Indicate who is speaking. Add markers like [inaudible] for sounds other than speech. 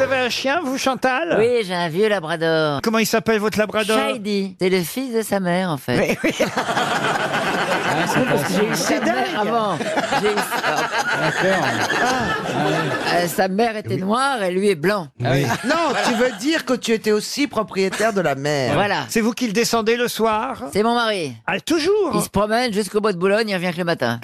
Speaker 1: avez un chien, vous, Chantal
Speaker 2: Oui, j'ai un vieux labrador.
Speaker 1: Comment il s'appelle votre Ah. labrador
Speaker 2: Shady. C'est le fils de sa mère, en fait.
Speaker 1: Mais oui.
Speaker 2: [laughs] J'ai eu sa mère avant. J'ai eu- Euh, sa mère était noire et lui est blanc.
Speaker 3: Non, tu veux dire que tu étais aussi propriétaire de la mer.
Speaker 2: Voilà.
Speaker 1: C'est vous qui le descendez le soir
Speaker 2: C'est mon mari.
Speaker 1: Ah, toujours
Speaker 2: Il se promène jusqu'au bois de Boulogne, il revient que le matin.